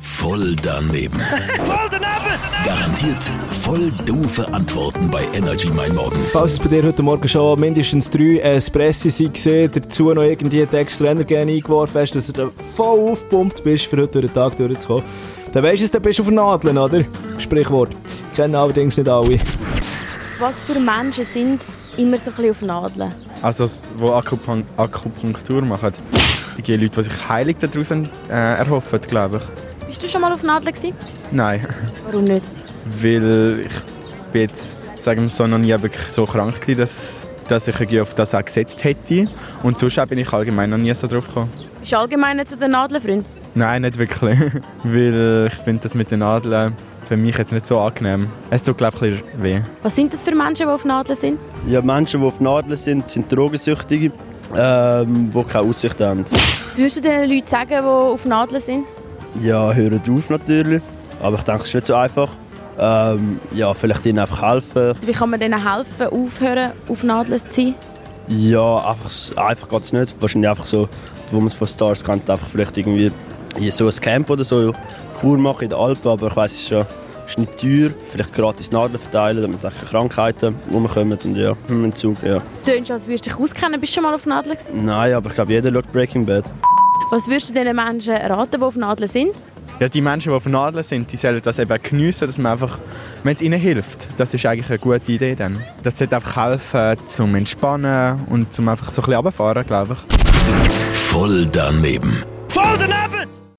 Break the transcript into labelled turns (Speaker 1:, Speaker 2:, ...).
Speaker 1: Voll daneben. Garantiert voll doofe Antworten bei Energy Mein Morgen.
Speaker 2: Falls es bei dir heute Morgen schon mindestens drei Espressi sind, gewesen, dazu noch irgendwie einen extra Energen eingeworfen hast, dass du da voll aufgepumpt bist, für heute durch den Tag durchzukommen, dann weisst du es, dann bist du auf Nadeln, oder? Sprichwort. Kennen allerdings nicht alle.
Speaker 3: Was für Menschen sind immer so ein bisschen auf Nadeln?
Speaker 4: Also, s- wo Akupunk Akupunktur machen. Die gehen Leute, die sich heilig daraus äh, erhoffen, glaube ich.
Speaker 3: Bist du schon mal auf Nadeln gewesen?
Speaker 4: Nein,
Speaker 3: Warum nicht?
Speaker 4: weil ich bin jetzt, sagen wir so, noch nie wirklich so krank gewesen, dass, dass ich irgendwie auf das auch gesetzt hätte. Und sonst auch bin ich allgemein noch nie so drauf gekommen.
Speaker 3: Bist du allgemein nicht so der Nadelfreund?
Speaker 4: Nein, nicht wirklich. weil ich finde das mit den Nadeln für mich jetzt nicht so angenehm. Es tut, glaube ich, ein bisschen weh.
Speaker 3: Was sind das für Menschen, die auf Nadeln sind?
Speaker 5: Ja, Menschen, die auf Nadeln sind, sind Drogensüchtige, ähm, die keine Aussicht haben.
Speaker 3: Was würdest du den Leuten sagen, die auf Nadeln sind?
Speaker 5: Ja, hören auf natürlich, aber ich denke, es ist nicht so einfach. Ähm, ja, vielleicht ihnen einfach helfen.
Speaker 3: Wie kann man denen helfen, aufhören, auf Nadeln zu sein?
Speaker 5: Ja, einfach, einfach geht es nicht. Wahrscheinlich einfach so, wo man es von Stars kennt, einfach vielleicht irgendwie in so ein Camp oder so Kur machen in den Alpen, aber ich weiss es schon, ist nicht teuer. Vielleicht gratis Nadeln verteilen, damit auch keine Krankheiten rumkommen und ja, im Entzug, ja.
Speaker 3: Du tönst, als würdest du dich auskennen. Bist du schon mal auf Nadeln gewesen?
Speaker 5: Nein, aber ich glaube, jeder schaut Breaking Bad.
Speaker 3: Was würdest du den Menschen raten, die auf Nadeln sind?
Speaker 4: Ja, die Menschen, die auf Nadeln sind, die sollen das eben geniessen, dass man einfach, wenn es ihnen hilft, das ist eigentlich eine gute Idee dann. Das sollte einfach helfen zum Entspannen und zum einfach so ein bisschen runterfahren, glaube ich.
Speaker 1: Voll daneben.